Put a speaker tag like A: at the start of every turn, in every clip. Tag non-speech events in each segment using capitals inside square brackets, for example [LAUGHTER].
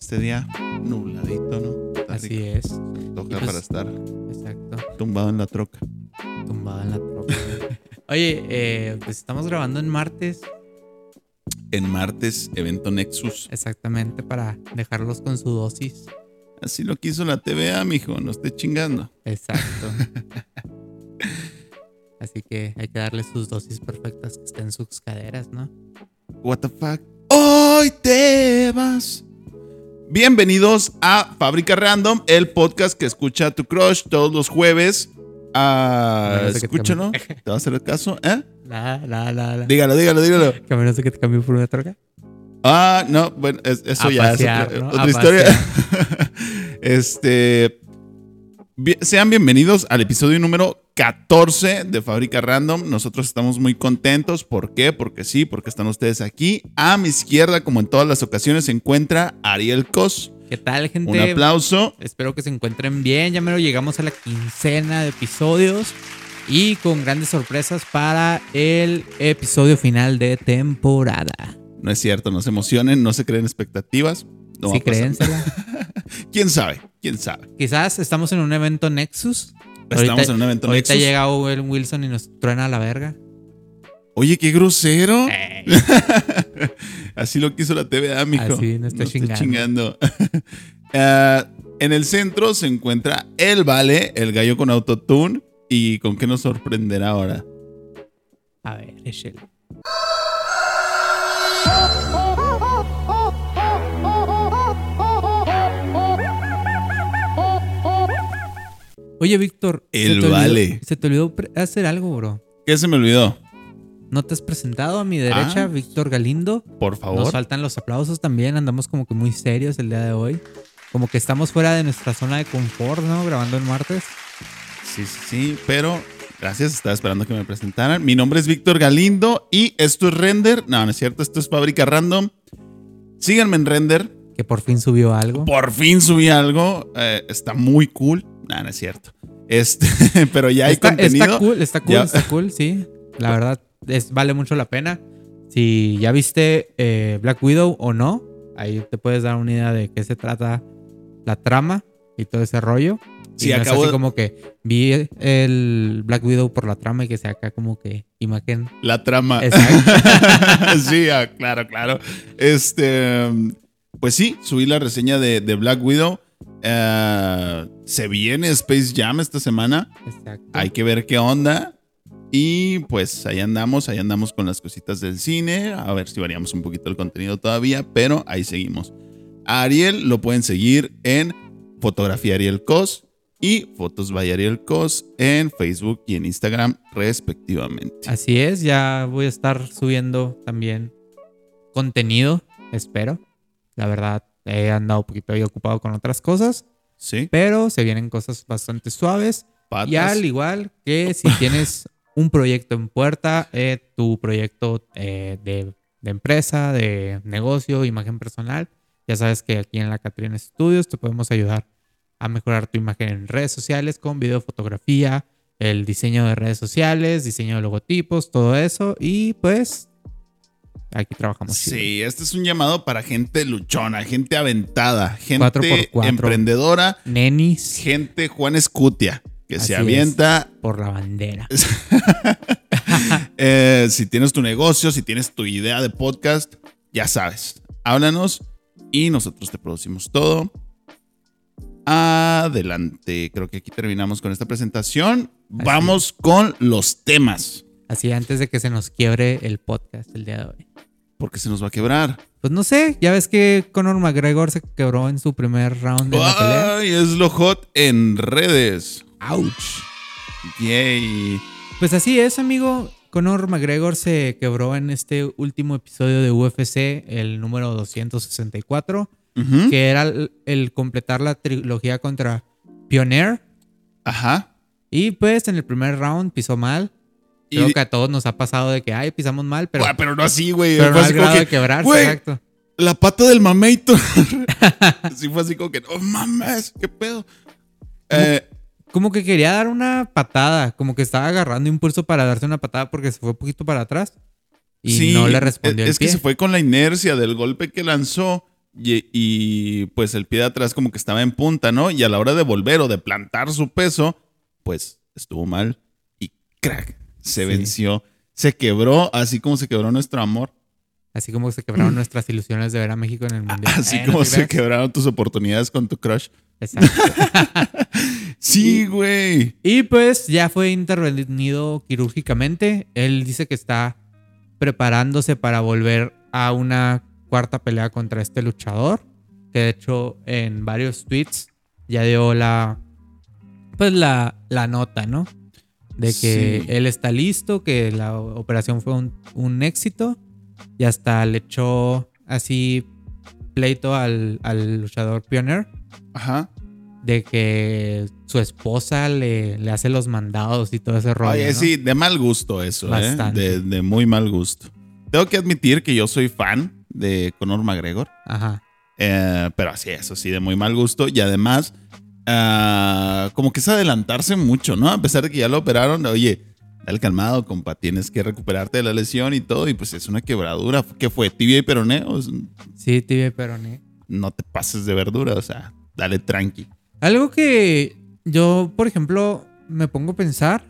A: Este día nubladito, ¿no? Está
B: Así
A: rico.
B: es.
A: Toca
B: Y pues-
A: para estar
B: Exacto.
A: tumbado en la troca.
B: Tumbado en la troca. [LAUGHS] Oye, eh, pues estamos grabando en martes.
A: En martes, evento Nexus.
B: Exactamente, para dejarlos con su dosis.
A: Así lo quiso la TVA, mijo. No esté chingando. [LAUGHS]
B: Exacto. Así que hay que darle sus dosis perfectas que estén en sus caderas, ¿no?
A: What the fuck. Hoy te vas. Bienvenidos a Fábrica Random, el podcast que escucha tu crush todos los jueves. Ah,
B: A menos de que te
A: escúchalo. ¿Te va a hacer el caso? ¿Eh?
B: [LAUGHS] La, la, la, la.
A: Dígalo, dígalo, dígalo.
B: Que a menos de que te cambie por una troca.
A: Ah, no, bueno, es- eso
B: A
A: ya
B: pasear,
A: es otra,
B: ¿no?
A: otra
B: A
A: historia. [LAUGHS] este. bien- sean bienvenidos al episodio número 14 de Fábrica Random. Nosotros estamos muy contentos. ¿Por qué? Porque sí, porque están ustedes aquí. A mi izquierda, como en todas las ocasiones, se encuentra Ariel Cos.
B: ¿Qué tal, gente?
A: Un aplauso.
B: Espero que se encuentren bien. Ya mero llegamos a la quincena de episodios y con grandes sorpresas para el episodio final de temporada.
A: No es cierto, no se emocionen, no se creen expectativas. No va
B: si
A: a pasar.
B: créensela.
A: [LAUGHS] ¿Quién sabe? ¿Quién sabe?
B: Quizás estamos en un evento Nexus.
A: Estamos
B: Ahorita-
A: en un evento
B: Ahorita
A: Nexus.
B: llega Owen Wilson y nos truena a la verga.
A: Oye, qué grosero.
B: Ey.
A: Así lo quiso la TVA, mijo.
B: Así, no esté
A: chingando. [LAUGHS] Ah, en el centro se encuentra el Vale, el gallo con autotune. ¿Y con qué nos sorprenderá ahora?
B: A ver, échale. Oye, Víctor. se
A: El
B: te olvidó-
A: vale.
B: Se te olvidó pre- hacer algo, bro.
A: ¿Qué se me olvidó?
B: ¿No te has presentado a mi derecha,
A: Ah.
B: Víctor Galindo?
A: Por
B: Nos
A: favor.
B: faltan los aplausos también, andamos como que muy serios el día de hoy. Como que estamos fuera de nuestra zona de confort, ¿no? Grabando el martes.
A: Sí, sí, sí, pero gracias, estaba esperando que me presentaran. Mi nombre es Víctor Galindo y esto es Render. No, no es cierto, esto es Fábrica Random. Síganme en Render.
B: Que por fin subió algo.
A: Por fin subí algo. eh, está muy cool. No, no es cierto. Este, [LAUGHS] pero ya hay
B: está, está
A: contenido.
B: cool, está cool,
A: Ya-
B: está cool, sí. La verdad, es, vale mucho la pena. Si ya viste eh, Black Widow o no, ahí te puedes dar una idea de qué se trata la trama y todo ese rollo.
A: Sí,
B: y no es
A: acabo
B: así
A: de-
B: como que vi el Black Widow por la trama y que se acá como que imagen.
A: La trama. [LAUGHS]
B: Exacto.
A: sí, ah, claro, claro. Este, pues sí, subí la reseña de, de Black Widow. Eh, se viene Space Jam esta semana.
B: Exacto.
A: Hay que ver qué onda. Y pues ahí andamos, ahí andamos con las cositas del cine. A ver si variamos un poquito el contenido todavía, pero ahí seguimos. A Ariel lo pueden seguir en Fotografía Ariel Cos y Fotos by Ariel Cos en Facebook y en Instagram respectivamente.
B: Así es, ya voy a estar subiendo también contenido, espero. La verdad, he andado un poquito ahí ocupado con otras cosas,
A: Sí,
B: pero se vienen cosas bastante suaves.
A: patas.
B: Y al igual que si tienes un proyecto en puerta, eh, tu proyecto eh, de, de empresa, de negocio, imagen personal, ya sabes que aquí en la Catrina Studios te podemos ayudar a mejorar tu imagen en redes sociales con videofotografía, el diseño de redes sociales, diseño de logotipos, todo eso. Y pues aquí trabajamos. chido.
A: Sí, este es un llamado para gente luchona, gente aventada, gente
B: Cuatro por cuatro.
A: emprendedora,
B: Nenis
A: gente Juan Escutia, que
B: Así
A: se
B: es.
A: avienta.
B: por la bandera.
A: Eh, si tienes tu negocio, si tienes tu idea de podcast, ya sabes, háblanos y nosotros te producimos todo. Adelante, creo que aquí terminamos con esta presentación. Vamos con los temas,
B: Así antes de que se nos quiebre el podcast el día de hoy.
A: porque se nos va a quebrar.
B: Pues no sé, ya ves que Conor McGregor se quebró en su primer round de la pelea.
A: Ay, es lo hot en redes.
B: ¡Auch!
A: Yay.
B: Pues así es, amigo. Conor McGregor se quebró en este último episodio de UFC, el número 264,
A: Ujú.
B: que era el, el completar la trilogía contra Pioneer.
A: Ajá.
B: Y pues en el primer round pisó mal.
A: Y-
B: Creo que a todos nos ha pasado de que, ay, pisamos mal, pero,
A: Guau, pero, no así, güey.
B: pero no
A: Fue
B: al
A: así como
B: grado de
A: que,
B: quebrarse.
A: "Güey".
B: Exacto.
A: la pata del
B: [LAUGHS]
A: mameito. sí fue así como que, oh mames, qué pedo. Eh,
B: Como que quería dar una patada, como que estaba agarrando impulso para darse una patada porque se fue un poquito para atrás y
A: sí, e,
B: no le respondió
A: es,
B: el
A: es
B: pie.
A: que se fue con la inercia del golpe que lanzó Y, y, pues el pie de atrás como que estaba en punta, ¿no? Y a la hora de volver o de plantar su peso, pues estuvo mal y crack, se
B: Sí.
A: venció, se quebró, así como se quebró nuestro amor,
B: Así como se quebraron nuestras ilusiones de ver a México en
A: [LAUGHS]
B: el mundial.
A: Mm. así
B: Eh, no
A: como
B: te
A: se
B: creas.
A: quebraron tus oportunidades con tu crush.
B: Exacto.
A: Sí, güey.
B: Y pues ya fue intervenido quirúrgicamente. Él dice que está preparándose para volver a una cuarta pelea contra este luchador. Que de hecho en varios tweets ya dio la pues la, la nota, ¿no? De que
A: Sí.
B: él está listo, que la operación fue un, un éxito. Y hasta le echó así pleito al, al luchador Pioneer
A: Ajá.
B: de que su esposa le, le hace los mandados y todo ese rollo.
A: Oye,
B: ¿no?
A: sí, de mal gusto eso, ¿eh?
B: Bastante.
A: De, de muy mal gusto. Tengo que admitir que yo soy fan de Conor McGregor.
B: Ajá.
A: Eh, pero así es, así de muy mal gusto. Y además, ah, como que es adelantarse mucho, ¿no? A pesar de que ya lo operaron, oye, dale calmado, compa, tienes que recuperarte de la lesión y todo. Y pues es una quebradura. ¿Qué fue? ¿Tibia y peroné? O sea,
B: Sí, tibia y peroné.
A: No te pases de verdura, o sea, dale tranqui.
B: Algo que yo, por ejemplo, me pongo a pensar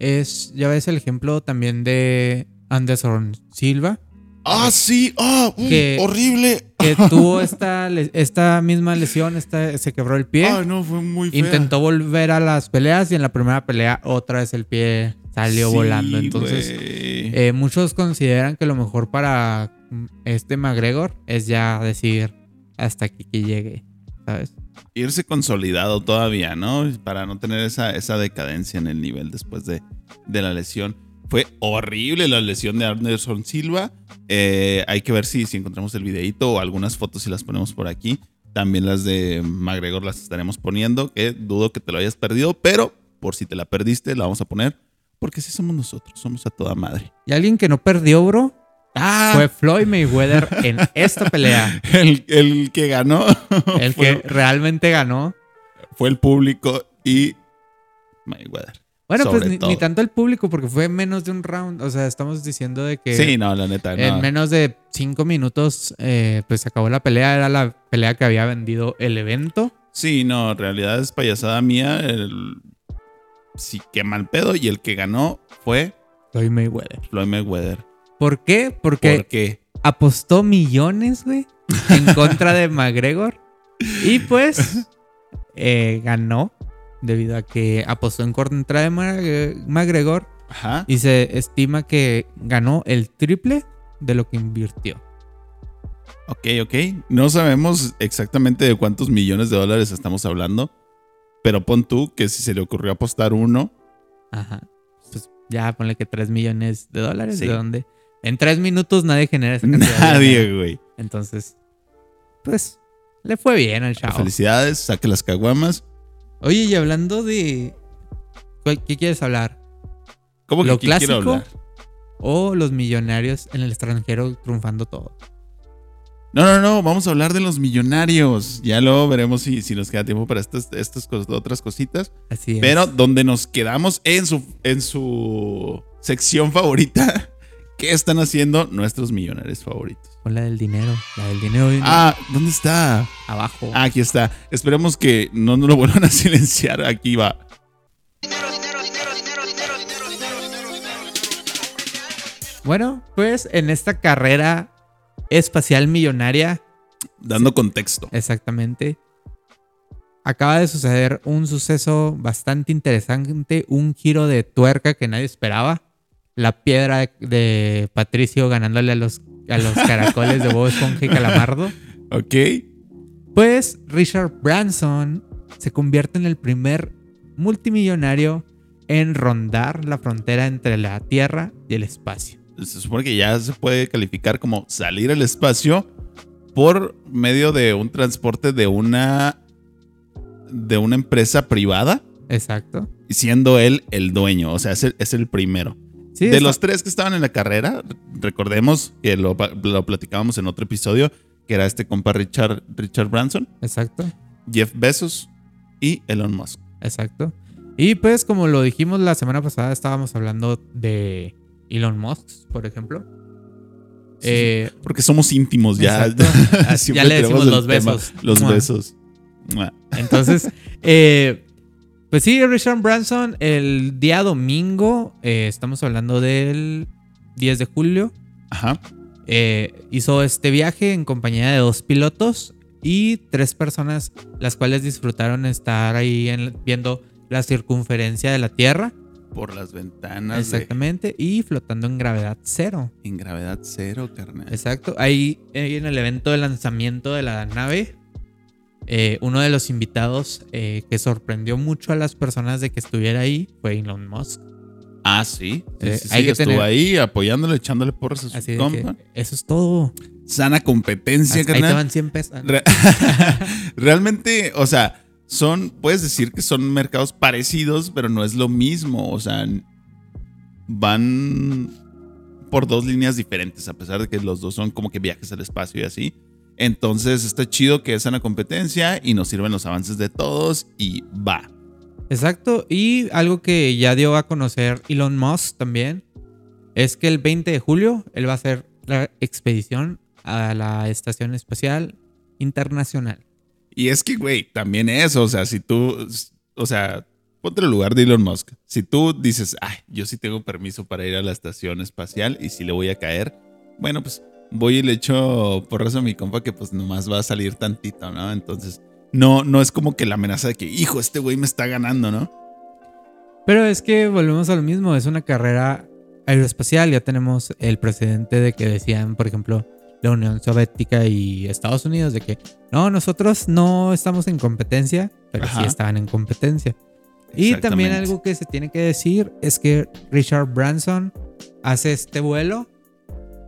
B: es, ya ves el ejemplo también de Anderson Silva,
A: ¡Ah, sí! ¡Ah! uy,
B: Que-
A: ¡Horrible! [LAUGHS]
B: que tuvo esta, le- esta misma lesión, esta, se quebró el pie,
A: ¡Ah, no! Fue muy fea.
B: intentó volver a las peleas y en la primera pelea otra vez el pie salió
A: Sí,
B: volando. Entonces,
A: güey.
B: Eh, muchos consideran que lo mejor para mm, este McGregor es ya decir hasta aquí que llegue, ¿sabes?
A: irse consolidado todavía, ¿no? Para no tener esa, esa decadencia en el nivel después de, de la lesión. Fue horrible la lesión de Anderson Silva. Eh, hay que ver si, si encontramos el videito o algunas fotos y las ponemos por aquí. También las de McGregor las estaremos poniendo, que dudo que te lo hayas perdido, pero por si te la perdiste, la vamos a poner. Porque sí somos nosotros, somos a toda madre.
B: Y alguien que no perdió, bro,
A: ¡Ah!
B: fue Floyd Mayweather
A: [LAUGHS]
B: en esta pelea.
A: el, el que ganó [LAUGHS]
B: El
A: fue,
B: que realmente ganó.
A: fue el público y Mayweather.
B: Bueno,
A: Sobre
B: pues ni,
A: todo.
B: ni tanto el público, porque fue menos de un round. O sea, estamos diciendo de que
A: Sí, no, la neta. no.
B: en menos de cinco minutos, eh, pues se acabó la pelea. Era la pelea que había vendido el evento.
A: Sí, no, en realidad es payasada mía. el- Sí, qué mal pedo. Y el que ganó fue
B: Floyd Mayweather.
A: Floyd Mayweather.
B: ¿Por qué? Porque
A: ¿Por qué?
B: apostó millones, güey,
A: [LAUGHS]
B: en contra de McGregor. Y pues eh, ganó debido a que apostó en contra de Mag- McGregor
A: Ajá.
B: y se estima que ganó el triple de lo que invirtió.
A: Ok, ok. No sabemos exactamente de cuántos millones de dólares estamos hablando. Pero pon tú que si se le ocurrió apostar uno.
B: Ajá. Pues ya ponle que 3 millones de dólares.
A: Sí.
B: ¿De dónde? En 3 minutos nadie genera esa cantidad. de dinero.
A: Nadie, güey.
B: Entonces, pues le fue bien
A: Ah,
B: al chavo.
A: Felicidades, saque las caguamas.
B: Oye, y hablando de... ¿cuál- ¿Qué quieres hablar?
A: ¿Cómo que
B: Lo
A: qué quiero
B: clásico.
A: hablar?
B: o los millonarios en el extranjero triunfando todo.
A: No, no, no, vamos a hablar de los millonarios. Ya luego veremos si, si nos queda tiempo para estas, estas cos- otras cositas.
B: Así es.
A: Pero donde nos quedamos en su, en su sección favorita, [LAUGHS] ¿qué están haciendo nuestros millonarios favoritos?
B: Con la del dinero. La del dinero viene
A: Ah, ¿dónde está?
B: abajo.
A: Ah, aquí está. Esperemos que no nos lo vuelvan a [LAUGHS] silenciar. Aquí va.
B: Bueno, pues en esta carrera espacial millonaria,
A: Dando contexto.
B: exactamente, acaba de suceder un suceso bastante interesante, un giro de tuerca que nadie esperaba. La piedra de, de Patricio ganándole a los,
A: [LAUGHS]
B: a los caracoles de Bob Esponja y Calamardo.
A: ¿Ok?
B: Pues Richard Branson se convierte en el primer multimillonario en rondar la frontera entre la Tierra y el espacio.
A: Se supone que ya se puede calificar como salir al espacio por medio de un transporte de una de una empresa privada,
B: Exacto.
A: siendo él el dueño. O sea, es el- es el primero.
B: Sí,
A: de
B: está-
A: los tres que estaban en la carrera, recordemos que lo, lo platicábamos en otro episodio, que era este compa Richard, Richard Branson,
B: Exacto,
A: Jeff Bezos y Elon Musk.
B: exacto. Y pues como lo dijimos la semana pasada, estábamos hablando de Elon Musk, por ejemplo. Eh,
A: Porque somos íntimos ya.
B: Exacto.
A: [LAUGHS] Siempre
B: Ya le decimos
A: tenemos el
B: los
A: tema,
B: besos.
A: Los
B: Mua.
A: besos. Mua. [LAUGHS]
B: Entonces, eh, pues sí, Richard Branson, el día domingo, eh, estamos hablando del 10 de julio,
A: Ajá.
B: eh, hizo este viaje en compañía de dos pilotos y tres personas, las cuales disfrutaron estar ahí en- viendo la circunferencia de la Tierra,
A: Por las ventanas. de-
B: exactamente, y flotando en gravedad cero.
A: en gravedad cero, carnal.
B: Exacto. Ahí, ahí en el evento de lanzamiento de la nave, eh, uno de los invitados eh, que sorprendió mucho a las personas de que estuviera ahí fue Elon Musk.
A: Ah, sí. Sí,
B: Eh,
A: sí,
B: hay
A: sí,
B: que
A: estuvo
B: tener-
A: ahí apoyándole, echándole porras a su
B: Así de que
A: compa.
B: eso es todo.
A: Sana competencia,
B: ahí te
A: carnal.
B: van 100 pesos.
A: Re- [LAUGHS] Realmente, o sea, son, puedes decir que son mercados parecidos, pero no es lo mismo. O sea, n- van por dos líneas diferentes, a pesar de que los dos son como que viajes al espacio y así. Entonces está chido que es una competencia y nos sirven los avances de todos y va.
B: Exacto. Y algo que ya dio a conocer Elon Musk también es que el 20 de julio él va a hacer la expedición a la Estación Espacial Internacional.
A: Y es que, güey, también eso, o sea, si tú, o sea, ponte en el lugar de Elon Musk. Si tú dices, ay, yo sí tengo permiso para ir a la estación espacial y si le voy a caer, bueno, pues voy y le echo porras a mi compa que pues nomás va a salir tantito, ¿no? Entonces, no, no es como que la amenaza de que, hijo, este güey me está ganando, ¿no?
B: Pero es que volvemos a lo mismo, es una carrera aeroespacial, ya tenemos el precedente de que decían, por ejemplo, la Unión Soviética y Estados Unidos, de que no, nosotros no estamos en competencia, pero sí
A: Ajá.
B: estaban en competencia. Y también
A: Exactamente.
B: algo que se tiene que decir es que Richard Branson hace este vuelo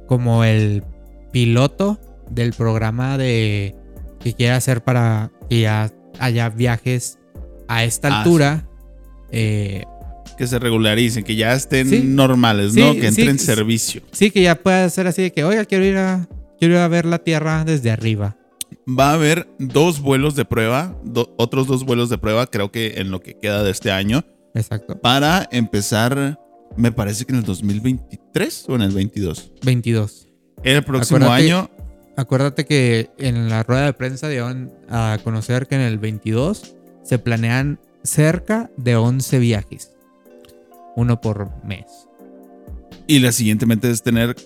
B: como el piloto del programa de que quiere hacer para que ya haya viajes a esta
A: Ah,
B: altura. eh,
A: Que se regularicen, que ya estén
B: Sí.
A: normales,
B: Sí,
A: ¿no? Que
B: sí,
A: entren en
B: sí.
A: servicio.
B: Sí, que ya pueda ser así de que, oiga, quiero ir a, quiero ir a ver la Tierra desde arriba.
A: Va a haber dos vuelos de prueba, do- otros dos vuelos de prueba, creo que en lo que queda de este año.
B: Exacto.
A: para empezar, me parece que en el 2023 o en el 22.
B: 22.
A: El próximo
B: Acuérdate-
A: año,
B: Acuérdate que en la rueda de prensa dieron a conocer que en el 22 se planean cerca de 11 viajes. Uno por mes.
A: y la siguientemente es tener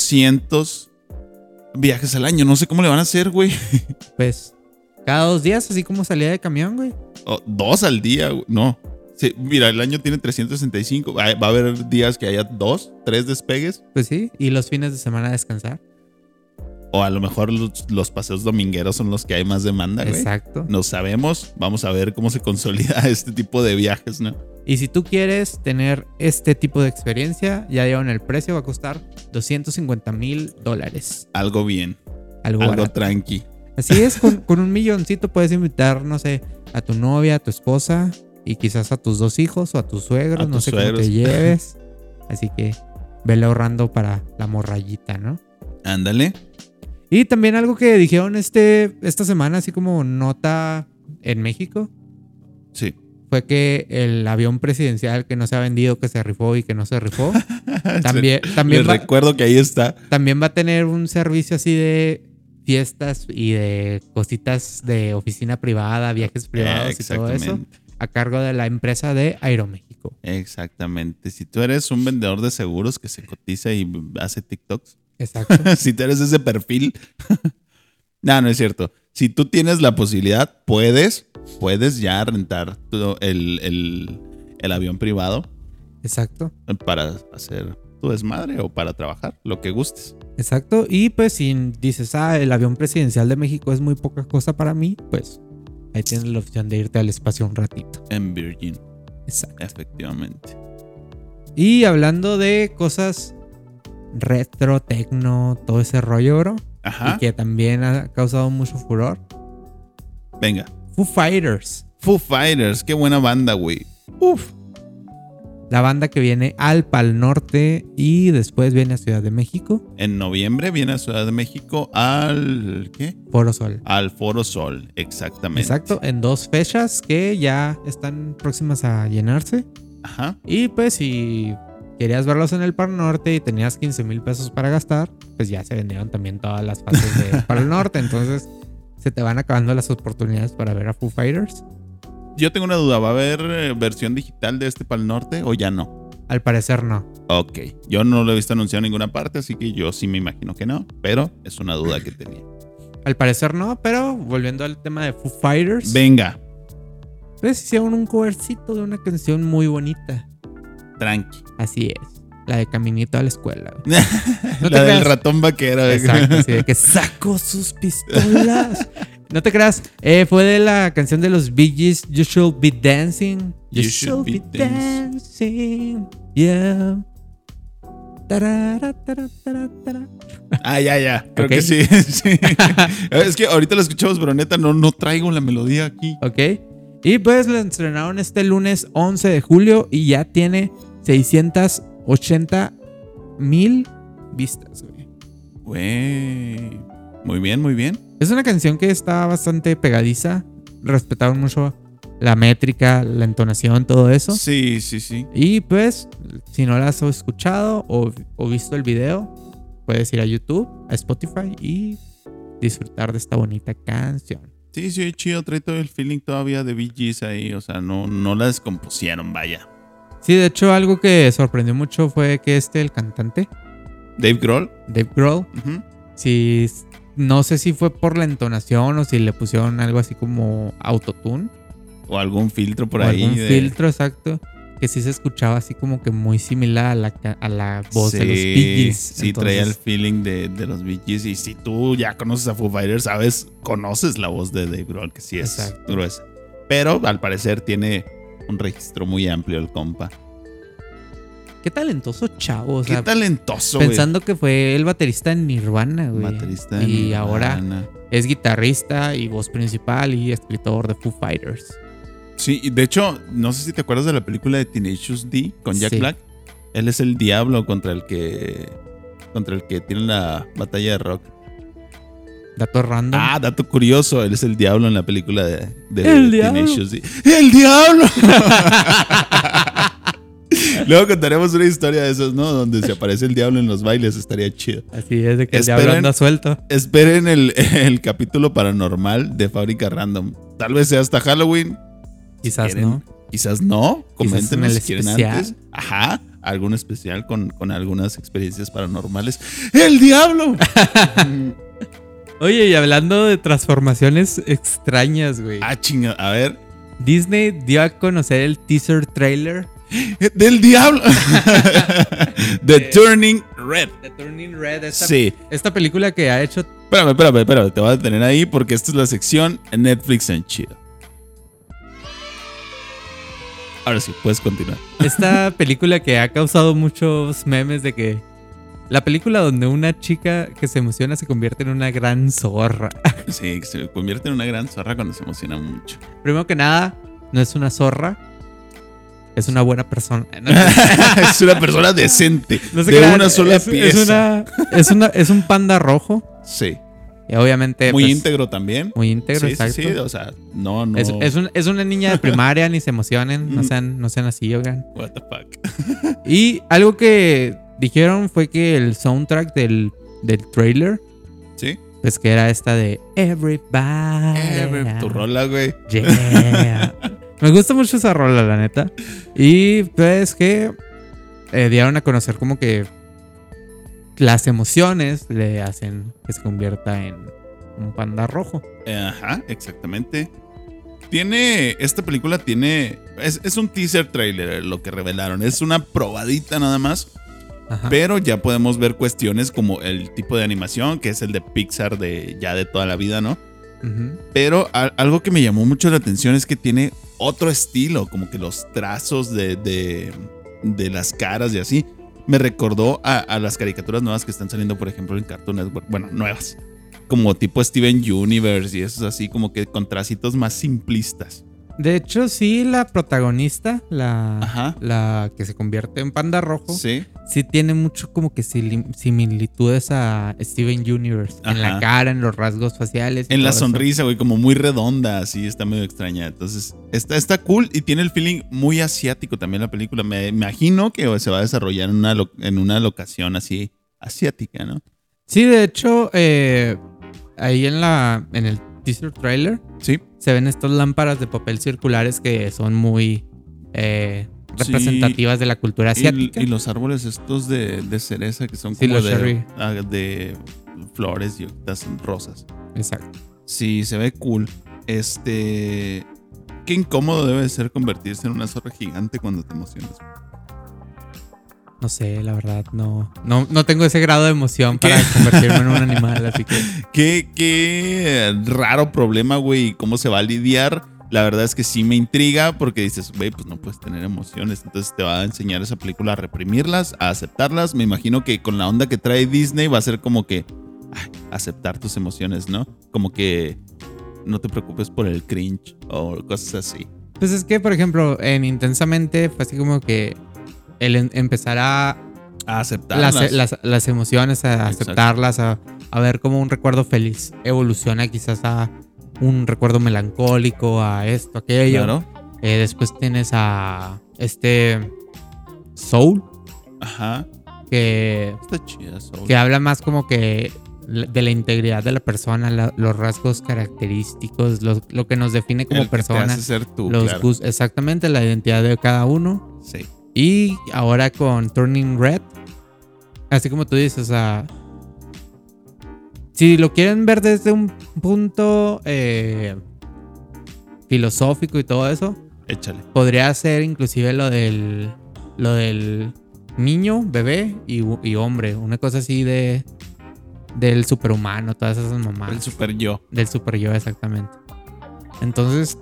A: 400 viajes al año. No sé cómo le van a hacer, güey.
B: Pues cada dos días, así como salía de camión, güey.
A: O dos al día, güey. no. Sí, mira, el año tiene 365. Va va a haber días que haya dos, tres despegues.
B: Pues sí. Y los fines de semana descansar.
A: O a lo mejor los, los paseos domingueros son los que hay más demanda, güey.
B: Exacto.
A: No sabemos. Vamos a ver cómo se consolida [LAUGHS] este tipo de viajes, ¿no?
B: Y si tú quieres tener este tipo de experiencia, ya dieron el precio, va a costar 250 mil dólares.
A: Algo bien,
B: Algo,
A: algo
B: barato.
A: tranqui.
B: Así es, con, con un milloncito puedes invitar, no sé, a tu novia, a tu esposa y quizás a tus dos hijos o a tus suegros,
A: A
B: no
A: tus
B: sé cómo
A: suegros.
B: te
A: [LAUGHS]
B: lleves. Así que vele ahorrando para la morrayita, ¿no?
A: Ándale.
B: Y también algo que dijeron este, esta semana, así como nota en México,
A: Sí.
B: fue que el avión presidencial que no se ha vendido, que se rifó y que no se
A: [LAUGHS]
B: rifó, también, también,
A: Les
B: va,
A: recuerdo que ahí está.
B: también va a tener un servicio así de fiestas y de cositas de oficina privada, viajes
A: Eh,
B: privados y Ah, todo eso,
A: exactamente.
B: a cargo de la empresa de Aeroméxico.
A: Exactamente. Si tú eres un vendedor de seguros que se cotiza y hace TikToks, [LAUGHS]
B: Exacto.
A: si tú eres ese perfil, [LAUGHS] no, no es cierto. Si tú tienes la posibilidad, puedes, puedes ya rentar tu- el, el- el avión privado
B: [LAUGHS] Exacto.
A: para hacer tu desmadre o para trabajar, lo que gustes.
B: Exacto. Y pues si dices, ah, el avión presidencial de México es muy poca cosa para mí, pues ahí tienes la opción de irte al espacio un ratito.
A: En Virgin,
B: Exacto.
A: efectivamente.
B: Y hablando de cosas retro, tecno, todo ese rollo, bro, y
A: Ajá.
B: que también ha causado mucho furor,
A: Venga.
B: Foo Fighters.
A: Foo Fighters, qué buena banda, güey. Uf.
B: La banda que viene al Pal Norte y después viene a Ciudad de México,
A: En noviembre viene a Ciudad de México al ¿qué?
B: Foro Sol.
A: Al Foro Sol, exactamente.
B: Exacto, en dos fechas que ya están próximas a llenarse.
A: Ajá.
B: Y pues si querías verlos en el Par Norte y tenías 15 mil pesos para gastar, pues ya se vendieron también todas las fases de Par Norte. Entonces se te van acabando las oportunidades para ver a Foo Fighters.
A: Yo tengo una duda, ¿va a haber eh, versión digital de este Pal Norte o ya no?
B: Al parecer no.
A: Ok, yo no lo he visto anunciado en ninguna parte, así que yo sí me imagino que no, pero es una duda que tenía.
B: Al parecer no, pero volviendo al tema de Foo Fighters,
A: Venga,
B: pues hicieron un covercito de una canción muy bonita.
A: tranqui.
B: Así es. La de Caminito a la Escuela.
A: [LAUGHS]
B: güey. No te
A: La del
B: creas.
A: ratón vaquero. eh.
B: Exacto, así de que sacó sus pistolas. No te creas, eh, fue de la canción de los Bee Gees, You Should Be Dancing.
A: You should be
B: dancing. Yeah. Tarara, tarara, tarara, tarara.
A: [LAUGHS] Ah, ya, ya. Creo
B: Ok.
A: que sí. [LAUGHS] sí. es que ahorita lo escuchamos, pero neta, no, no traigo la melodía aquí.
B: Ok. Y pues la estrenaron este lunes 11 de julio y ya tiene 680 mil vistas, güey.
A: Güey. Muy bien, muy bien.
B: Es una canción que está bastante pegadiza. Respetaron mucho la métrica, la entonación, todo eso.
A: Sí, sí, sí.
B: Y pues, si no la has escuchado o, o visto el video, puedes ir a YouTube, a Spotify y disfrutar de esta bonita canción.
A: Sí, sí, chido. Trae todo el feeling todavía de Bee Gees ahí. O sea, no, no la descompusieron, vaya.
B: Sí, de hecho, algo que sorprendió mucho fue que este, el cantante,
A: Dave Grohl.
B: Dave Grohl,
A: ujú.
B: si no sé si fue por la entonación o si le pusieron algo así como autotune.
A: O algún filtro por
B: o
A: ahí.
B: algún
A: de-
B: filtro exacto que sí se escuchaba así como que muy similar a la, ca- a la voz de los Bee Gees.
A: Sí, traía el feeling de, de los Bee Gees. Y si tú ya conoces a Foo Fighters, sabes, conoces la voz de Dave Grohl, que sí es
B: Exacto.
A: gruesa. Pero al parecer tiene un registro muy amplio el compa.
B: Qué talentoso chavo, o
A: Qué
B: sea,
A: talentoso, güey.
B: pensando que fue el baterista en Nirvana, güey.
A: Baterista
B: y
A: en
B: ahora
A: Nirvana.
B: es guitarrista y voz principal y escritor de Foo Fighters.
A: Sí, y de hecho, no sé si te acuerdas de la película de Teenage Us D con Jack
B: Sí.
A: Black. Él es el diablo contra el que. Contra el que tiene la batalla de rock.
B: Dato random.
A: Ah, dato curioso, él es el diablo en la película de, de Teenage
B: El diablo.
A: Us D. ¡El diablo! [LAUGHS] Luego contaremos una historia de esas, ¿no? Donde se aparece el diablo en los bailes, estaría chido.
B: Así es, de que el
A: Esperen.
B: diablo anda suelto.
A: Esperen el, el capítulo paranormal de Fábrica Random. Tal vez sea hasta Halloween,
B: Quizás
A: quieren-
B: no.
A: Quizás no. Comenten
B: en
A: si
B: el
A: quieren
B: especial.
A: antes. Ajá. Algún especial con, con algunas experiencias paranormales. ¡El diablo!
B: [LAUGHS] Oye, y hablando de transformaciones extrañas, güey.
A: ah, chinga. A ver.
B: Disney dio a conocer el teaser trailer
A: Eh, ¡Del
B: [LAUGHS]
A: diablo! The
B: Eh.
A: Turning Red.
B: The Turning Red, esta,
A: Sí.
B: esta película que ha hecho.
A: Espérame, espérame, espérame. Te voy a detener ahí porque esta es la sección Netflix en chido. Ahora sí, puedes continuar.
B: Esta película que ha causado muchos memes de que. La película donde una chica que se emociona se convierte en una gran zorra. [LAUGHS]
A: Sí, se convierte en una gran zorra cuando se emociona mucho. [LAUGHS]
B: Primero que nada, no es una zorra. Es una buena persona. [LAUGHS] No,
A: es una persona decente.
B: no se
A: de
B: crean,
A: una sola
B: es,
A: pieza.
B: Es, una- es una- es un panda rojo.
A: Sí.
B: Y obviamente.
A: Muy
B: pues,
A: íntegro también.
B: Muy íntegro,
A: sí,
B: exacto.
A: sí, sí, o sea, no, no.
B: es, es un- es una niña de primaria, ni se emocionen.
A: Mm.
B: No sean, no sean así, oigan.
A: What the fuck.
B: Y algo que dijeron fue que el soundtrack del, del trailer,
A: Sí.
B: pues que era esta de Everybody.
A: Eh, tu rola, güey.
B: Yeah. Me gusta mucho esa rola, la neta. Y pues que eh, dieron a conocer como que las emociones le hacen que se convierta en un panda rojo.
A: Ajá, exactamente. Tiene. Esta película tiene. Es, es un teaser trailer eh, lo que revelaron. Es una probadita nada más.
B: Ajá.
A: Pero ya podemos ver cuestiones como el tipo de animación, que es el de Pixar de ya de toda la vida, ¿no?
B: Ujú.
A: Pero a- algo que me llamó mucho la atención es que tiene otro estilo, como que los trazos de, de, de las caras y así. Me recordó a, a las caricaturas nuevas que están saliendo, por ejemplo, en Cartoon Network. Bueno, nuevas. Como tipo Steven Universe y esos así, como que con tracitos más simplistas.
B: De hecho, sí, la protagonista, la,
A: Ajá.
B: la que se convierte en panda rojo, Oh, sí,
A: Sí.
B: tiene mucho como que sili- similitudes a Steven Universe. En la
A: Ajá.
B: cara, en los rasgos faciales. y
A: En la
B: todo eso.
A: sonrisa, güey, como muy redonda, así, está medio extraña. Entonces, está, está cool y tiene el feeling muy asiático también la película. Me imagino que se va a desarrollar en una, lo- en una locación así asiática, ¿no?
B: Sí, de hecho, eh, ahí en, la, en el teaser trailer
A: Sí.
B: se ven estas lámparas de papel circulares que son muy eh,
A: Sí.
B: representativas de la cultura
A: Y, l-
B: asiática.
A: y los árboles estos de, de cereza que son
B: Sí,
A: como
B: los
A: de,
B: cherry.
A: ah, de flores y estas rosas.
B: Exacto.
A: Sí, se ve cool. Este. Qué incómodo debe de ser convertirse en una zorra gigante cuando te emocionas.
B: No sé, la verdad, no, no, no tengo ese grado de emoción para
A: [LAUGHS]
B: convertirme en un animal, así que
A: Qué, qué raro problema, güey. y ¿Cómo se va a lidiar? La verdad es que sí me intriga porque dices, güey, pues no puedes tener emociones. Entonces te va a enseñar esa película a reprimirlas, a aceptarlas. Me imagino que con la onda que trae Disney va a ser como que ay, aceptar tus emociones, ¿no? Como que no te preocupes por el cringe o cosas así.
B: Pues es que, por ejemplo, en Intensamente fue así como que el en- empezar a
A: A aceptarlas.
B: las, e, las- las emociones, a
A: Exacto.
B: aceptarlas, a, a ver cómo un recuerdo feliz evoluciona quizás a un recuerdo melancólico, a esto, aquello.
A: claro.
B: Eh, después tienes a este Soul,
A: Ajá.
B: que,
A: Está chida, Soul.
B: que habla más como que la- de la integridad de la persona, la- los rasgos característicos, los- lo que nos define como
A: El que te
B: personas.
A: hace ser tú,
B: los
A: claro.
B: gustos- exactamente la identidad de cada uno.
A: Sí.
B: Y ahora con Turning Red, así como tú dices, o sea, si lo quieren ver desde un punto eh, filosófico y todo eso,
A: Échale.
B: podría ser inclusive lo del, lo del niño, bebé y, y hombre, una cosa así de del superhumano, todas esas mamás.
A: El super yo.
B: Del super yo, exactamente. Entonces,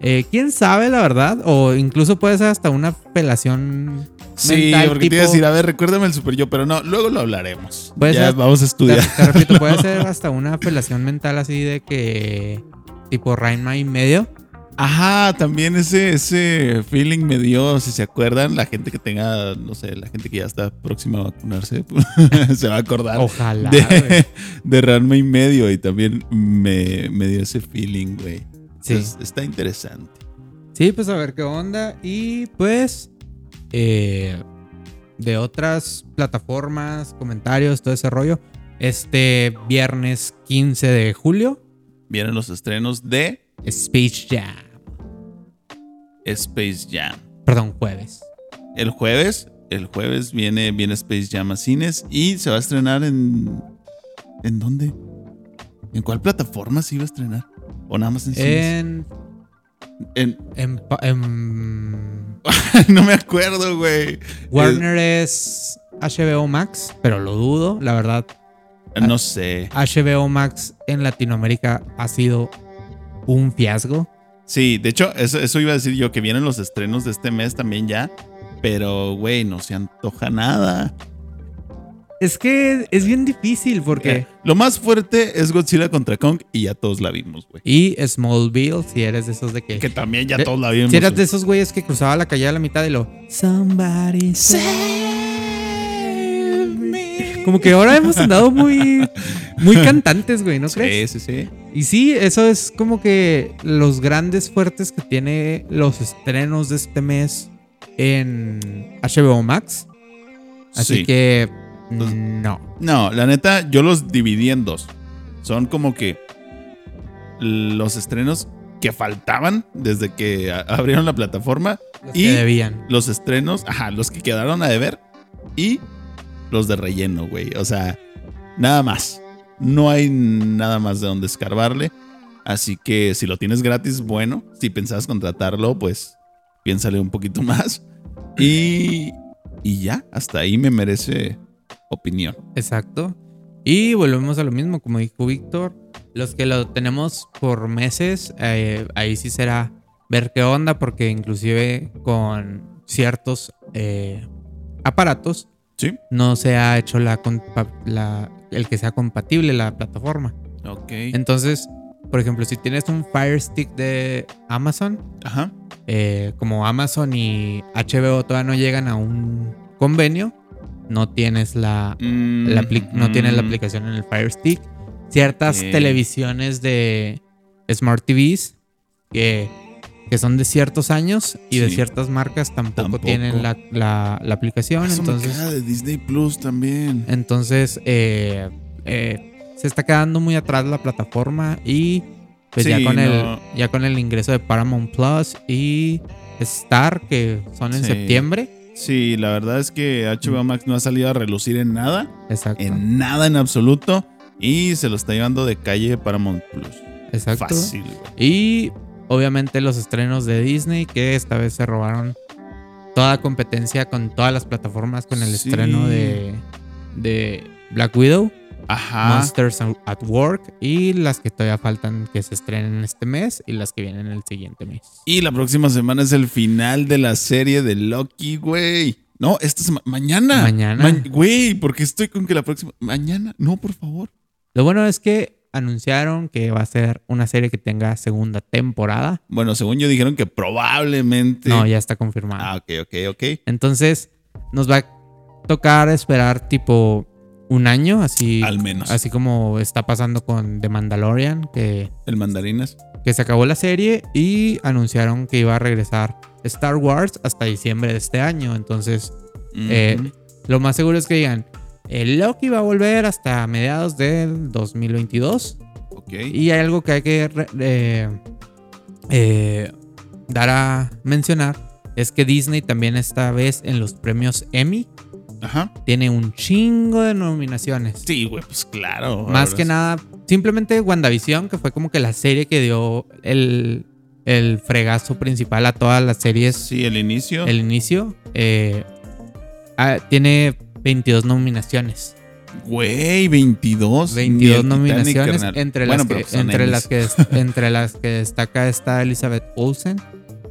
B: eh, quién sabe, la verdad. O incluso puede ser hasta una apelación.
A: Sí,
B: mental,
A: porque te iba a
B: tipo-
A: decir, a ver, recuérdame el super yo, pero no, luego lo hablaremos.
B: Puede
A: ya
B: ser-
A: vamos a
B: Te,
A: estudiar.
B: te repito, puede ser hasta una apelación mental así de que. Tipo Rainma y medio.
A: [LAUGHS] Ajá, también ese, ese feeling me dio, si se acuerdan, la gente que tenga, no sé, la gente que ya está próxima a vacunarse, [LAUGHS] se va a acordar
B: Ojalá. güey.
A: Ah, [LAUGHS] de, de Ranma y medio y también me, me dio ese feeling, güey.
B: Sí.
A: Entonces, está interesante.
B: sí, pues a ver qué onda. Y pues. eh, de otras plataformas, comentarios, todo ese rollo. Este viernes 15 de julio,
A: Vienen los estrenos de
B: Space Jam.
A: Space Jam.
B: Perdón, jueves.
A: El jueves, el jueves viene, viene Space Jam a cines y se va a estrenar en. ¿En dónde? ¿En cuál plataforma se iba a estrenar? ¿O nada más en cines?
B: En,
A: En- [LAUGHS]
B: en pa- en-
A: no me acuerdo, güey.
B: Warner es HBO Max, pero lo dudo, la verdad.
A: Eh, no sé.
B: HBO Max en Latinoamérica ha sido un fiasco.
A: Sí, de hecho, eso, eso iba a decir yo, que vienen los estrenos de este mes también ya. Pero, güey, no se antoja nada.
B: Es que es bien difícil porque...
A: Eh, Lo más fuerte es Godzilla contra Kong y ya todos la vimos, güey.
B: Eh, Y Smallville, si eres de esos de que...
A: Que también ya
B: De-
A: todos la vimos.
B: si eras Eh, de
A: güey.
B: esos güeyes que cruzaba la calle a la mitad de lo... Somebody...
A: Save me.
B: Como que ahora hemos andado [LAUGHS] muy... Muy cantantes, güey, ¿no crees?
A: Sí, sí, sí.
B: Y sí, eso es como que los grandes fuertes que tiene los estrenos de este mes en HBO Max. Así
A: Sí.
B: que
A: Entonces-
B: no.
A: No, la neta, yo los dividí en dos. Son como que los estrenos que faltaban desde que a- abrieron la plataforma,
B: Los
A: Y-
B: que debían.
A: los estrenos, ajá, los que quedaron a deber y los de relleno, güey. O sea, nada más. No hay nada más de donde escarbarle. Así que si lo tienes gratis, bueno. Si pensabas contratarlo, pues piénsale un poquito [LAUGHS] más. Y, y ya, hasta ahí me merece opinión.
B: Exacto. Y volvemos a lo mismo, como dijo Víctor. Los que lo tenemos por meses, eh, ahí sí será ver qué onda, porque inclusive con ciertos eh, aparatos
A: ¿Sí?
B: no se ha hecho la compa- la- el que sea compatible la plataforma.
A: Ok.
B: Entonces, Por ejemplo, si tienes un Fire Stick de Amazon,
A: Ajá.
B: eh, como Amazon y HBO todavía no llegan a un convenio, no tienes la,
A: Mm,
B: la apli- no tienes la
A: mm,
B: aplicación en el Fire Stick. Ciertas
A: Ok.
B: televisiones de Smart TVs que, que son de ciertos años y de
A: Sí.
B: ciertas marcas tampoco,
A: Tampoco.
B: tienen la, la- la aplicación.
A: Ah, eso me
B: entonces,
A: queda de Disney Plus también.
B: entonces eh, eh, se está quedando muy atrás la plataforma y pues ya,
A: Sí,
B: con el,
A: no.
B: ya con el ingreso de Paramount Plus y Star, que son en
A: Sí.
B: septiembre.
A: Sí, la verdad es que HBO
B: Mm.
A: Max no ha salido a relucir en nada,
B: Exacto.
A: en nada en absoluto, y se lo está llevando de calle Paramount Plus.
B: exacto.
A: Fácil. güey.
B: Y obviamente los estrenos de Disney, que esta vez se robaron toda competencia con todas las plataformas con el
A: Sí.
B: estreno de, de Black Widow,
A: Ajá.
B: Monsters at Work y las que todavía faltan que se estrenen este mes y las que vienen el siguiente mes.
A: Y la próxima semana es el final de la serie de Loki, güey. No, esta es mañana.
B: Mañana.
A: Ma- Güey, porque estoy con que la próxima. Mañana. No, por favor.
B: Lo bueno es que anunciaron que va a ser una serie que tenga segunda temporada.
A: Bueno, según yo dijeron que probablemente.
B: No, ya está confirmada.
A: Ah, ok, ok, ok.
B: Entonces, nos va a tocar esperar tipo un año, así,
A: Al menos.
B: así como está pasando con The Mandalorian, que,
A: El mandarinas.
B: que se acabó la serie y anunciaron que iba a regresar Star Wars hasta diciembre de este año. Entonces, eh,
A: Ujú.
B: lo más seguro es que digan, el Loki va a volver hasta mediados del 2022.
A: ok.
B: Y hay algo que hay que re- eh, eh, dar a mencionar, es que Disney también esta vez en los premios Emmy
A: Ajá.
B: tiene un chingo de nominaciones.
A: Sí, güey, pues claro.
B: Más
A: ahora
B: que
A: sí.
B: nada, simplemente WandaVision, que fue como que la serie que dio el, el fregazo principal a todas las series,
A: Sí, el inicio.
B: el inicio, eh, ah, tiene 22 nominaciones.
A: Güey, 22. ni
B: 22
A: el Titanic,
B: nominaciones,
A: carnal.
B: entre las,
A: Bueno,
B: que,
A: pero pues son
B: entre,
A: Emmys.
B: las que,
A: [LAUGHS]
B: des- entre las que destaca está Elizabeth Olsen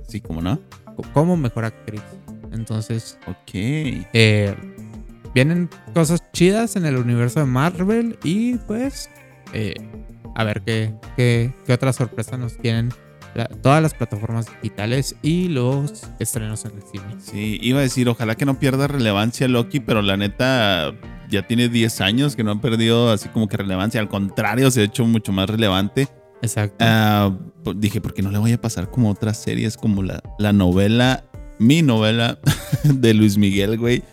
A: Sí, ¿cómo no?
B: co- como mejor actriz. Entonces,
A: Ok.
B: eh, vienen cosas chidas en el universo de Marvel y pues eh, a ver qué, qué, qué otras sorpresas nos tienen la- todas las plataformas digitales y los estrenos en el cine.
A: Sí, iba a decir, ojalá que no pierda relevancia Loki, pero la neta ya tiene 10 años que no ha perdido así como que relevancia. Al contrario, se ha hecho mucho más relevante.
B: Exacto.
A: Ah, po- dije, porque no le voy a pasar como otras series, como la, la novela, mi novela [LAUGHS] de Luis Miguel, güey.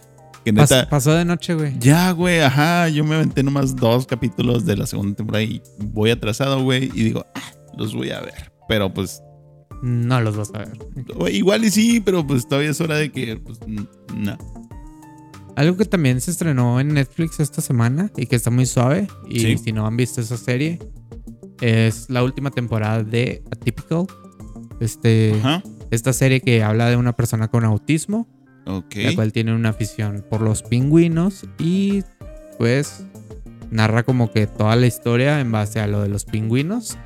A: Que
B: Pas-
A: neta.
B: pasó de noche, güey.
A: Ya, güey, ajá, yo me aventé nomás dos capítulos de la segunda temporada y voy atrasado, güey, y digo, ah, los voy a ver. Pero pues,
B: No los vas a ver.
A: güey, igual y sí, pero pues todavía es hora de que, pues, n- no.
B: Algo que también se estrenó en Netflix esta semana y que está muy suave. Y
A: Sí.
B: si no han visto esa serie, es la última temporada de Atypical. Este,
A: Ajá,
B: esta serie que habla de una persona con autismo,
A: ok.
B: la cual tiene una afición por los pingüinos y pues narra como que toda la historia en base a lo de los pingüinos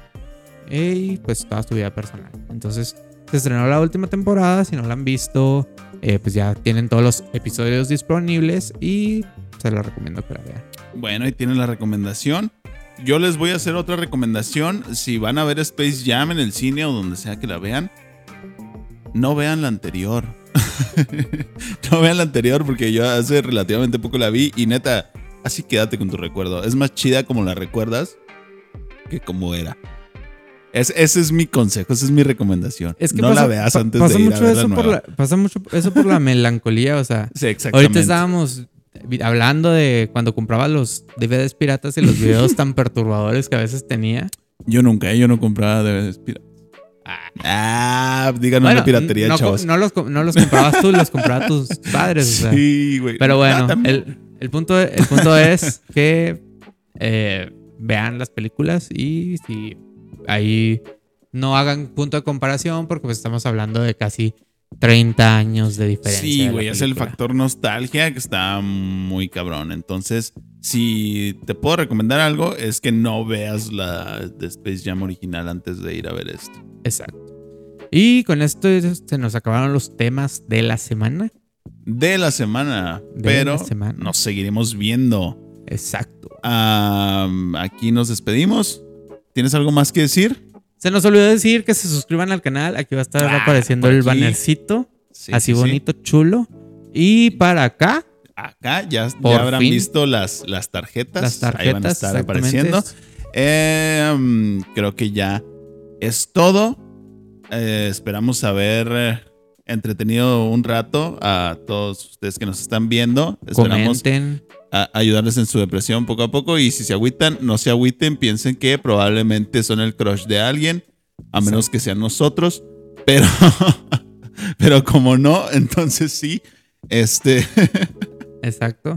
B: eh, y pues toda su vida personal. Entonces se estrenó la última temporada, si no la han visto, eh, pues ya tienen todos los episodios disponibles y se los recomiendo que la vean.
A: Bueno, ahí tienen la recomendación. Yo les voy a hacer otra recomendación. Si van a ver Space Jam en el cine o donde sea que la vean, no vean la anterior. [LAUGHS] no vean la anterior porque yo hace relativamente poco la vi y neta, así quédate con tu recuerdo. Es más chida como la recuerdas que como era. Es- ese es mi consejo, esa es mi recomendación.
B: Es que
A: no
B: pasa-
A: la veas
B: pa-
A: antes
B: pasa
A: de ir
B: mucho
A: a ver la
B: eso por
A: nueva.
B: la- Pasa mucho eso por [LAUGHS] la melancolía, o sea,
A: Sí, exactamente.
B: Ahorita estábamos vi- hablando de cuando compraba los DVDs piratas y los videos tan perturbadores que a veces
A: [LAUGHS]
B: tenía.
A: Yo nunca, eh, yo no compraba DVDs piratas. Ah, díganos
B: Bueno,
A: la piratería,
B: no, co-
A: chavos.
B: No los, com- no los comprabas tú, los
A: [LAUGHS]
B: compraba tus padres. o sea.
A: Sí, güey.
B: Pero
A: Ah,
B: bueno,
A: también.
B: el, el punto, el punto es que eh, vean las películas y si ahí no hagan punto de comparación porque pues estamos hablando de casi 30 años de diferencia. de
A: Sí,
B: la
A: güey, es el
B: película.
A: factor nostalgia que está muy cabrón. Entonces, si te puedo recomendar algo, es que no veas la de Space Jam original antes de ir a ver esto.
B: Exacto. Y con esto se nos acabaron los temas de la semana.
A: De la semana,
B: De
A: pero
B: la semana.
A: nos seguiremos viendo.
B: Exacto.
A: Am, aquí nos despedimos. ¿Tienes algo más que decir?
B: Se nos olvidó decir que se suscriban al canal. Aquí va a estar
A: Ah,
B: apareciendo
A: por
B: el
A: aquí.
B: bannercito.
A: Sí,
B: así
A: sí, sí.
B: bonito, chulo. Y para acá,
A: Acá ya, ya
B: Por
A: habrán
B: fin.
A: visto las, las tarjetas.
B: las tarjetas.
A: Pues, Ahí van a estar
B: exactamente.
A: apareciendo. Eh, mm, creo que ya es todo. Eh, esperamos haber eh, entretenido un rato a todos ustedes que nos están viendo. Esperamos
B: Comenten.
A: a- ayudarles en su depresión poco a poco. Y si se agüitan, no se agüiten. Piensen que probablemente son el crush de alguien, a menos que sean nosotros. Pero, [LAUGHS] pero como no, entonces sí. Este,
B: Exacto.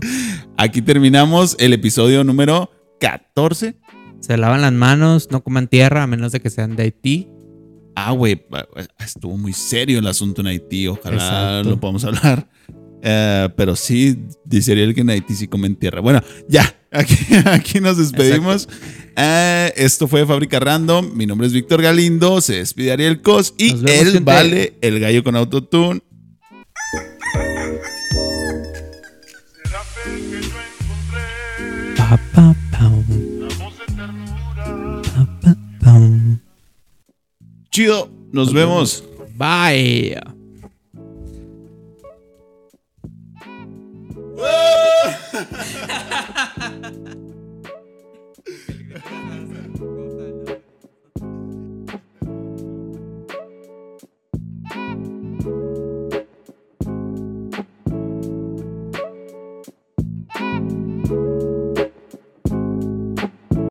A: aquí terminamos el episodio número 14.
B: Se lavan las manos, no coman tierra a menos de que sean de Haití.
A: Ah, güey, pa- estuvo muy serio el asunto en Haití. Ojalá
B: Exacto.
A: lo podamos hablar. Eh, pero sí, dice Ariel que en Haití sí comen tierra. Bueno, ya, aquí, [LAUGHS] aquí nos despedimos. Eh, esto fue Fábrica Random. Mi nombre es Víctor Galindo. Se despide Ariel Cos y
B: Nos vemos,
A: él
B: gente.
A: vale el gallo con autotune.
C: La fe que yo encontré,
B: Pa, pa, pam,
C: la voz de ternura.
B: pa, pa, pam.
A: Chido, nos, vemos.
B: Bye.